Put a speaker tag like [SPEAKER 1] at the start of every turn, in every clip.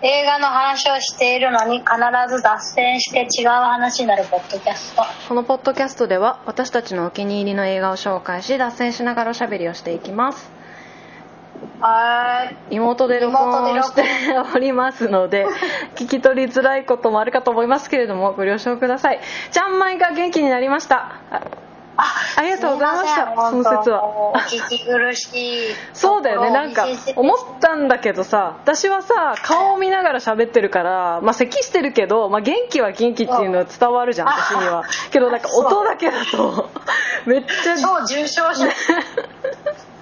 [SPEAKER 1] 映画の話をしているのに必ず脱線して違う話になるポッドキャスト
[SPEAKER 2] このポッドキャストでは私たちのお気に入りの映画を紹介し脱線しながらおしゃべりをしていきます
[SPEAKER 1] はーい
[SPEAKER 2] 妹で録
[SPEAKER 1] 妹で
[SPEAKER 2] 音
[SPEAKER 1] 録音
[SPEAKER 2] しております ので聞き取りづらいこともあるかと思いますけれどもご了承くださいちゃんまいが元気になりましたあありがとうございました
[SPEAKER 1] すせん本当
[SPEAKER 2] その説は
[SPEAKER 1] もうお聞き苦しい
[SPEAKER 2] そうだよねなんか思ったんだけどさ私はさ顔を見ながら喋ってるからまあ咳してるけど、まあ、元気は元気っていうのは伝わるじゃん
[SPEAKER 1] うん
[SPEAKER 2] 私にはけどなんか
[SPEAKER 1] そう
[SPEAKER 2] 音だけだと めっちゃ
[SPEAKER 1] 超重 症者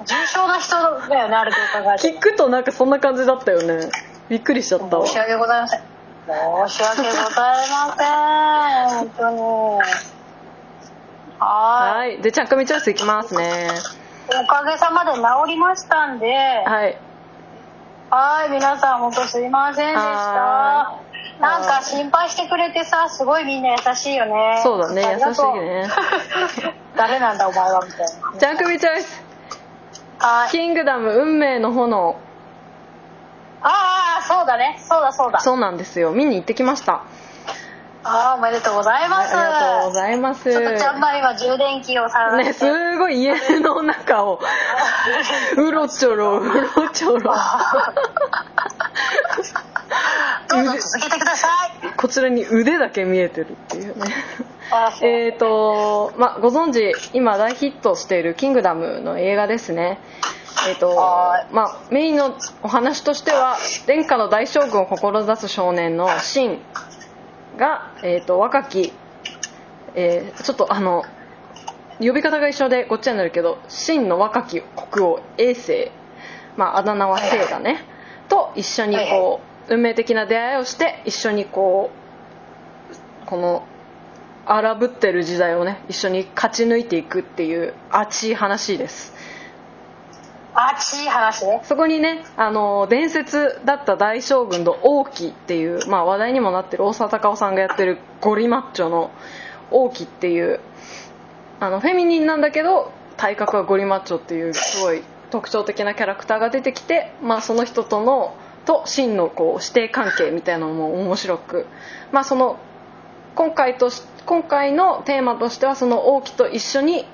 [SPEAKER 1] 重症な人だよねあると伺い
[SPEAKER 2] 聞くとなんかそんな感じだったよねびっくりしちゃったわ
[SPEAKER 1] 申し訳ございません申し訳ございません本当にはーい
[SPEAKER 2] はいでちゃんかみチョイスいきますね
[SPEAKER 1] おかげさまで治りましたんでは
[SPEAKER 2] はい
[SPEAKER 1] ーい皆さん本当すいませんでした
[SPEAKER 2] は
[SPEAKER 1] なんか心配してくれてさすごいみんな優しいよね
[SPEAKER 2] そうだね
[SPEAKER 1] ありがとう
[SPEAKER 2] 優しいね
[SPEAKER 1] 誰なんだお前はみたいな
[SPEAKER 2] ちゃんかみチョイス
[SPEAKER 1] はい
[SPEAKER 2] 「キングダム運命の炎
[SPEAKER 1] ああそうだねそうだそうだ」
[SPEAKER 2] そうなんですよ見に行ってきました
[SPEAKER 1] ああおめでとうござい
[SPEAKER 2] は
[SPEAKER 1] ま
[SPEAKER 2] い
[SPEAKER 1] す、
[SPEAKER 2] ありがとうございます
[SPEAKER 1] ちょっとちゃんまいは充電器を探
[SPEAKER 2] ね
[SPEAKER 1] して、
[SPEAKER 2] すごい家の中をうろちょろうろ ちょろ
[SPEAKER 1] どうぞ続けてください
[SPEAKER 2] こちらに腕だけ見えてるっていうね
[SPEAKER 1] あーそう
[SPEAKER 2] えっとまあご存知今大ヒットしている「キングダム」の映画ですねえっと
[SPEAKER 1] は
[SPEAKER 2] まあメインのお話としては殿下の大将軍を志す少年のシンが、えー、と若き、えーちょっとあの呼び方が一緒でごっちゃになるけど真の若き国王衛星、まあ、あだ名は聖だねと一緒に
[SPEAKER 1] はいは
[SPEAKER 2] こう運命的な出会いをして一緒にこうこの荒ぶってる時代をね一緒に勝ち抜いていくっていう熱い話です
[SPEAKER 1] あっちい話ね
[SPEAKER 2] そこにねあの伝説だった大将軍の王毅っていう、まあ、話題にもなってる大沢たかおさんがやってるゴリマッチョの王毅っていうあのフェミニンなんだけど体格はゴリマッチョっていうすごい特徴的なキャラクターが出てきて、まあ、その人とのと真のこう師弟関係みたいなのも面白く、まあ、その今回とし今回のテーマとしてはその王毅と一緒に、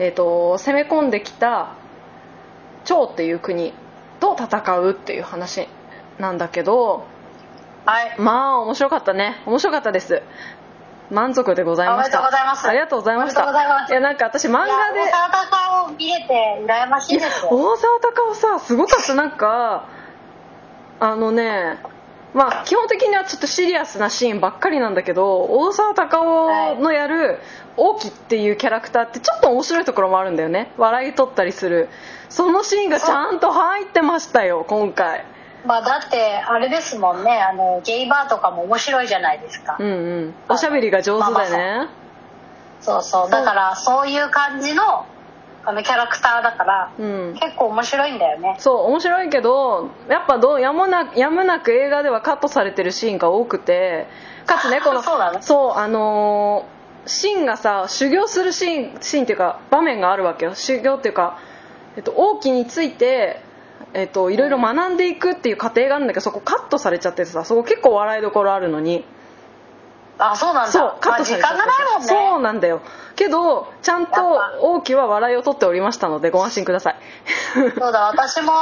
[SPEAKER 2] えー、と攻め込んできた趙っていう国と戦うっていう話なんだけど
[SPEAKER 1] はい
[SPEAKER 2] まあ面白かったね面白かったです満足でございました
[SPEAKER 1] おめでとうございます
[SPEAKER 2] ありがとうございました
[SPEAKER 1] おめでとうございます
[SPEAKER 2] やなんか私漫画
[SPEAKER 1] いや
[SPEAKER 2] で
[SPEAKER 1] 大沢たかお見れて羨ましいですよ
[SPEAKER 2] 大沢たかおさすごかったなんかあのねまあ基本的にはちょっとシリアスなシーンばっかりなんだけど大沢たかおのやる王毅っていうキャラクターってちょっと面白いところもあるんだよね笑い取ったりするそのシーンがちゃんと入ってましたよ今回
[SPEAKER 1] まあだってあれですもんねあのゲイバーとかも面白いじゃないですか、
[SPEAKER 2] うんうんおしゃべりが上手だよね
[SPEAKER 1] そうそうだからそういう感じのあのキャラクターだから
[SPEAKER 2] うん
[SPEAKER 1] 結構面白いんだよね
[SPEAKER 2] そう面白いけどやっぱどうやむなやむなく映画ではカットされてるシーンが多くてかつねこの
[SPEAKER 1] そうだね
[SPEAKER 2] そうあのーシーンがさ修行するシーンシーンっていうか場面があるわけよ修行っていうか、えっと、王毅について、えっと、いろいろ学んでいくっていう過程があるんだけどそこカットされちゃっててさそこ結構笑いどころあるのに。
[SPEAKER 1] あそうなんだ
[SPEAKER 2] そうカッ
[SPEAKER 1] まあ、
[SPEAKER 2] ト
[SPEAKER 1] 時
[SPEAKER 2] さ
[SPEAKER 1] 間が
[SPEAKER 2] れちゃっ
[SPEAKER 1] ないもんね
[SPEAKER 2] たそうなんだよけどちゃんと
[SPEAKER 1] やっぱ
[SPEAKER 2] 王毅は笑いを取っておりましたのでご安心ください
[SPEAKER 1] そうだ私も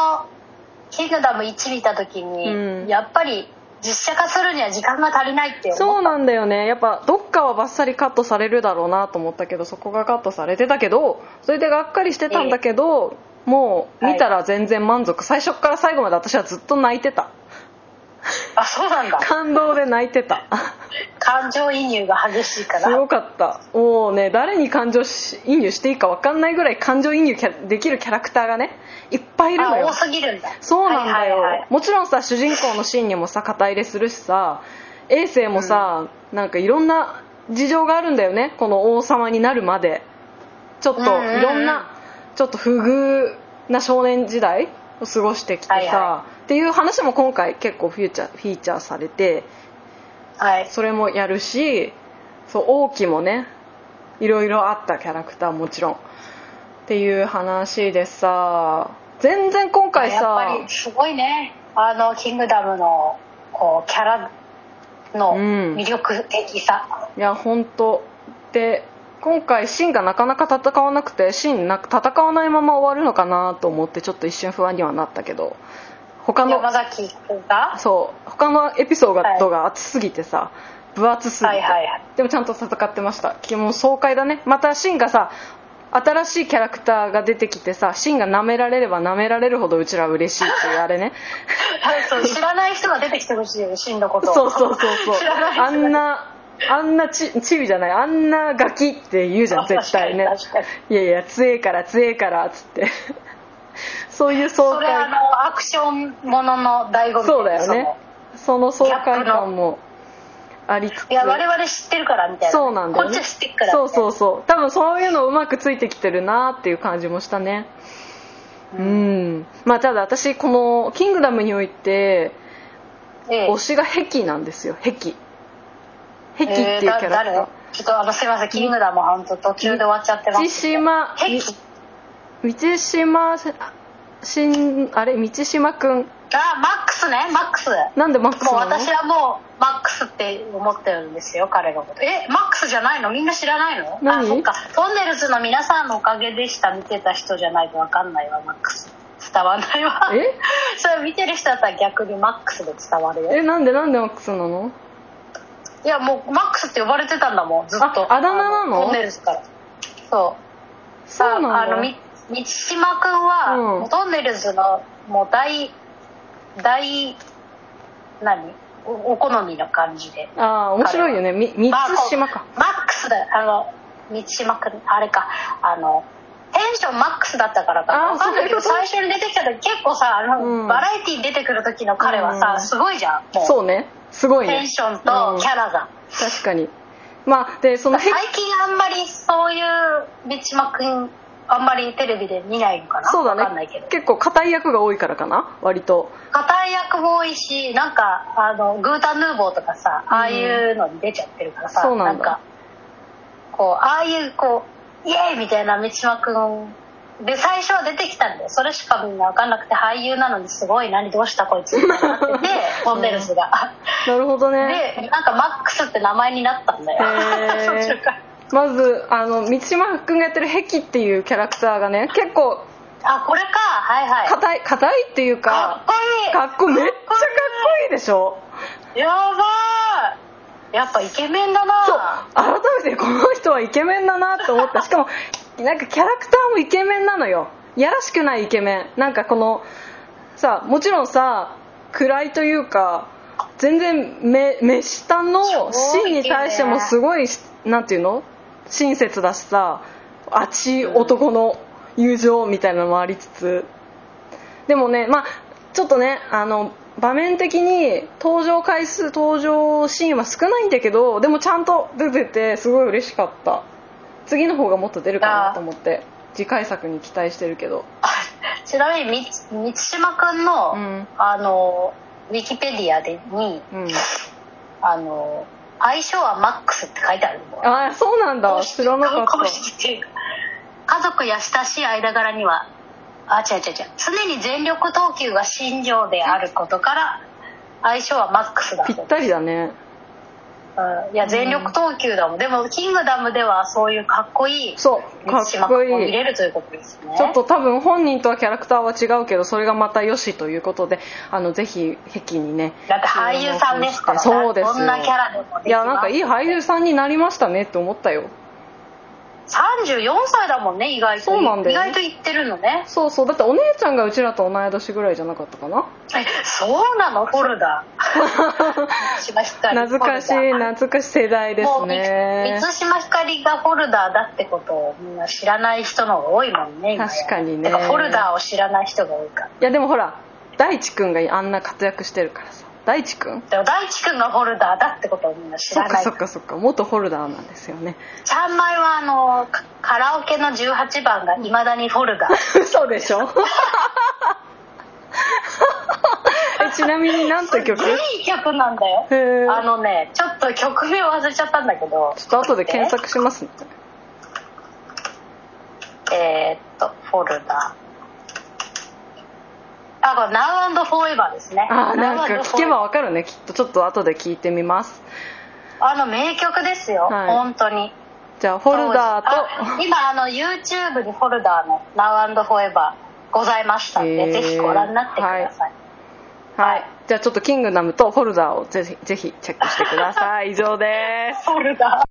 [SPEAKER 1] 「キングダム1」見た時に、
[SPEAKER 2] うん
[SPEAKER 1] やっぱり実写化するには時間が足りないって思う
[SPEAKER 2] そうなんだよねやっぱどっかはバッサリカットされるだろうなと思ったけどそこがカットされてたけどそれでがっかりしてたんだけど、もう見たら全然満足、最初から最後まで私はずっと泣いてた
[SPEAKER 1] あそうなんだ
[SPEAKER 2] 感動で泣いてた
[SPEAKER 1] 感情移入が激しいから
[SPEAKER 2] すごかったもうね誰に感情し移入していいか分かんないぐらい感情移入キャできるキャラクターがねいっぱいいるの
[SPEAKER 1] あ
[SPEAKER 2] よ
[SPEAKER 1] 多すぎるんだ
[SPEAKER 2] そうなんだよ、
[SPEAKER 1] はいはいはい
[SPEAKER 2] もちろんさ主人公のシーンにもさ肩入れするしさ衛星もさ、なんかいろんな事情があるんだよねこの王様になるまでちょっとい
[SPEAKER 1] うんうんうん
[SPEAKER 2] ろんなちょっと不遇な少年時代を過ごしてきてさ、
[SPEAKER 1] はいは
[SPEAKER 2] っていう話も今回結構フィーチャーフィーチャーされて
[SPEAKER 1] はい
[SPEAKER 2] それもやるしそう王毅もねいろいろあったキャラクターもちろんっていう話でさ全然今回さ
[SPEAKER 1] やっぱりすごいねあの「キングダム」のこうキャラの
[SPEAKER 2] うん
[SPEAKER 1] 魅力的さ、
[SPEAKER 2] いや本当で今回シンがなかなか戦わなくてシンな戦わないまま終わるのかなと思ってちょっと一瞬不安にはなったけど他の
[SPEAKER 1] 山崎君が
[SPEAKER 2] そう他のエピソードが熱すぎてさ、分厚すぎ
[SPEAKER 1] は
[SPEAKER 2] て、
[SPEAKER 1] いはいはい
[SPEAKER 2] でもちゃんと戦ってましたもう爽快だねまたシンがさ新しいキャラクターが出てきてさシンが舐められれば舐められるほどうちらは嬉しいっていうあれ ね
[SPEAKER 1] そう知らない人が出てきてほしいよ真のことを
[SPEAKER 2] そうそうそうそう
[SPEAKER 1] 知らない人
[SPEAKER 2] あんなあんなちチビじゃないあんなガキって言うじゃん絶対ね
[SPEAKER 1] 確かに確か
[SPEAKER 2] いやいや強えから強えからっつってそういう爽
[SPEAKER 1] それあ
[SPEAKER 2] 快
[SPEAKER 1] のアクションものの醍醐味
[SPEAKER 2] そうだよねその爽快感もありつ
[SPEAKER 1] そ
[SPEAKER 2] つ
[SPEAKER 1] のいや我々知ってるからみたいな
[SPEAKER 2] そうなんだよ、
[SPEAKER 1] こ
[SPEAKER 2] ね、
[SPEAKER 1] っちは知ってるから
[SPEAKER 2] そうそううそう多分そういうのうまくついてきてるなっていう感じもしたねうん、まあただ私この「キングダム」において
[SPEAKER 1] ええ
[SPEAKER 2] 推しがヘキなんですよヘキヘキっていうキャラクタ
[SPEAKER 1] えーだ
[SPEAKER 2] ー
[SPEAKER 1] 誰ちょっとあのすいませんキングダムは本当途中で終わっちゃってます
[SPEAKER 2] 満島
[SPEAKER 1] ヘキ
[SPEAKER 2] み道島しんあれ道島くん
[SPEAKER 1] あマックスねマックス
[SPEAKER 2] なんでマックス
[SPEAKER 1] もう
[SPEAKER 2] なの
[SPEAKER 1] 私はもうマックスって思ってるんですよ彼のことえマックスじゃないのみんな知らないの
[SPEAKER 2] 何
[SPEAKER 1] あそっかトンネルズの皆さんのおかげでした見てた人じゃないと分かんないわマックス伝わんないわ
[SPEAKER 2] え
[SPEAKER 1] それ見てる人だったら逆にマックスで伝わるよ
[SPEAKER 2] えなんでなんでマックスなの
[SPEAKER 1] いやもうマックスって呼ばれてたんだもんずっと
[SPEAKER 2] ああだ名なの
[SPEAKER 1] あトンネルズからそう
[SPEAKER 2] そうなんだ
[SPEAKER 1] ああのみ満島くんは、
[SPEAKER 2] うん
[SPEAKER 1] もうトンネルズのもう大大何おお好みの感じで
[SPEAKER 2] あー面白いよねみ満島か、
[SPEAKER 1] マックスだあの満島くんあれかあのテンションマックスだったからか
[SPEAKER 2] あー
[SPEAKER 1] わかんないけど
[SPEAKER 2] そういう
[SPEAKER 1] 最初に出てきた時結構さあの、
[SPEAKER 2] うん
[SPEAKER 1] バラエティに出てくる時の彼はさ、
[SPEAKER 2] うん
[SPEAKER 1] すごいじゃんもう
[SPEAKER 2] そうねすごいね
[SPEAKER 1] テンションとキャラ が、
[SPEAKER 2] 確かにまあでそのヘ
[SPEAKER 1] 最
[SPEAKER 2] キ
[SPEAKER 1] 近あんまりそういう満島くんあんまりテレビで見ないのかな
[SPEAKER 2] そうだ
[SPEAKER 1] わかんない
[SPEAKER 2] ね
[SPEAKER 1] けど
[SPEAKER 2] 結構硬い役が多いからかな割と
[SPEAKER 1] 硬い役も多いしなんかあのグータンヌーボーとかさああいうのに出ちゃってるからさ、
[SPEAKER 2] そうなんだ
[SPEAKER 1] かこうああいうこうイエーイみたいな満島くんで最初は出てきたんでそれしかみんな分かんなくて俳優なのにすごい何どうしたこい つみたいになっててトンネルズが、
[SPEAKER 2] なるほどね
[SPEAKER 1] でなんかマックスって名前になったんだ
[SPEAKER 2] へ
[SPEAKER 1] よ
[SPEAKER 2] ー
[SPEAKER 1] 途中から
[SPEAKER 2] まずあの満島君がやってるヘキっていうキャラクターがね結構
[SPEAKER 1] あこれかはいはいかっ
[SPEAKER 2] 硬い硬いっていうか
[SPEAKER 1] こ
[SPEAKER 2] かっこめっちゃかっこいいでしょ
[SPEAKER 1] いいやばいやっぱイケメンだ
[SPEAKER 2] そう
[SPEAKER 1] な
[SPEAKER 2] 改めてこの人はイケメンだなと思ったしかもなんかキャラクターもイケメンなのよやらしくないイケメンなんかこのさもちろんさ暗いというか全然目目下の芯に対してもすごいなんていうの親切だしさあち男の友情みたいなのもありつつでもねまあちょっとねあの場面的に登場回数登場シーンは少ないんだけどでもちゃんと出ててすごい嬉しかった次の方がもっと出るかなと思って次回作に期待してるけど
[SPEAKER 1] ちなみにみ満島くんの、
[SPEAKER 2] うん
[SPEAKER 1] あのウィキペディアでに
[SPEAKER 2] うん
[SPEAKER 1] あの相性はマックスって書いてあるもん
[SPEAKER 2] ああそうなんだ知らなかっ
[SPEAKER 1] 公式っていうか家族や親しい間柄にはあ違う違う違う常に全力投球が信条であることから相性はマックスだ
[SPEAKER 2] た
[SPEAKER 1] と
[SPEAKER 2] ぴったりだね
[SPEAKER 1] うんいや全力投球だもん、でも「キングダム」ではそういうかっこいい
[SPEAKER 2] そうか
[SPEAKER 1] 満島
[SPEAKER 2] っこ
[SPEAKER 1] 君も
[SPEAKER 2] い
[SPEAKER 1] 見
[SPEAKER 2] い
[SPEAKER 1] れるということですね
[SPEAKER 2] ちょっと多分本人とはキャラクターは違うけどそれがまたよしということであのぜひ壁にね
[SPEAKER 1] だって俳優さんですから
[SPEAKER 2] そうですよ
[SPEAKER 1] どんなキャラでもできます
[SPEAKER 2] いやなんかいい俳優さんになりましたねって思ったよ
[SPEAKER 1] 34歳だもんね意外と
[SPEAKER 2] そうなんだよ
[SPEAKER 1] 意外と言ってるのね
[SPEAKER 2] そうそうだってお姉ちゃんがうちらと同い年ぐらいじゃなかったかな
[SPEAKER 1] えそうなのフォル ダ島ひかり
[SPEAKER 2] 懐かしい懐かしい世代です
[SPEAKER 1] もう
[SPEAKER 2] ね
[SPEAKER 1] 満島ひかりがフォルダーだってことをみんな知らない人の方が多いもんね今や
[SPEAKER 2] 確かにね
[SPEAKER 1] てかフォルダーを知らない人が多いから
[SPEAKER 2] いやでもほら大地くんがあんな活躍してるからさ大地くん
[SPEAKER 1] でも大地君がフォルダーだってことをみんな知
[SPEAKER 2] そっ
[SPEAKER 1] ら
[SPEAKER 2] か
[SPEAKER 1] ない
[SPEAKER 2] そっかそっか元ホルダーなんですよね
[SPEAKER 1] ちゃんまいはあのカカラオケの18番がいまだにフォルダー
[SPEAKER 2] 嘘でしょえちなみに何て曲
[SPEAKER 1] すっごい曲なんだよ
[SPEAKER 2] へえ
[SPEAKER 1] あのねちょっと曲名忘れちゃったんだけど
[SPEAKER 2] ちょっと後で検索しますね
[SPEAKER 1] えーっと、フォルダー。あ、これ Now and Forever ですね
[SPEAKER 2] あ
[SPEAKER 1] Now
[SPEAKER 2] ーなん
[SPEAKER 1] and
[SPEAKER 2] か
[SPEAKER 1] Forever
[SPEAKER 2] 聞けばわかるねきっとちょっと後で聞いてみます
[SPEAKER 1] あの名曲ですよ、
[SPEAKER 2] はい
[SPEAKER 1] 本当に
[SPEAKER 2] じゃあフォルダ
[SPEAKER 1] あ今あの YouTube にフォルダーの「Now and Forever」ございましたんで、
[SPEAKER 2] へー
[SPEAKER 1] ぜひご覧になってください、
[SPEAKER 2] ーとはいじゃあちょっとキングダムとフォルダーをぜひぜひチェックしてください以上です
[SPEAKER 1] フォルダー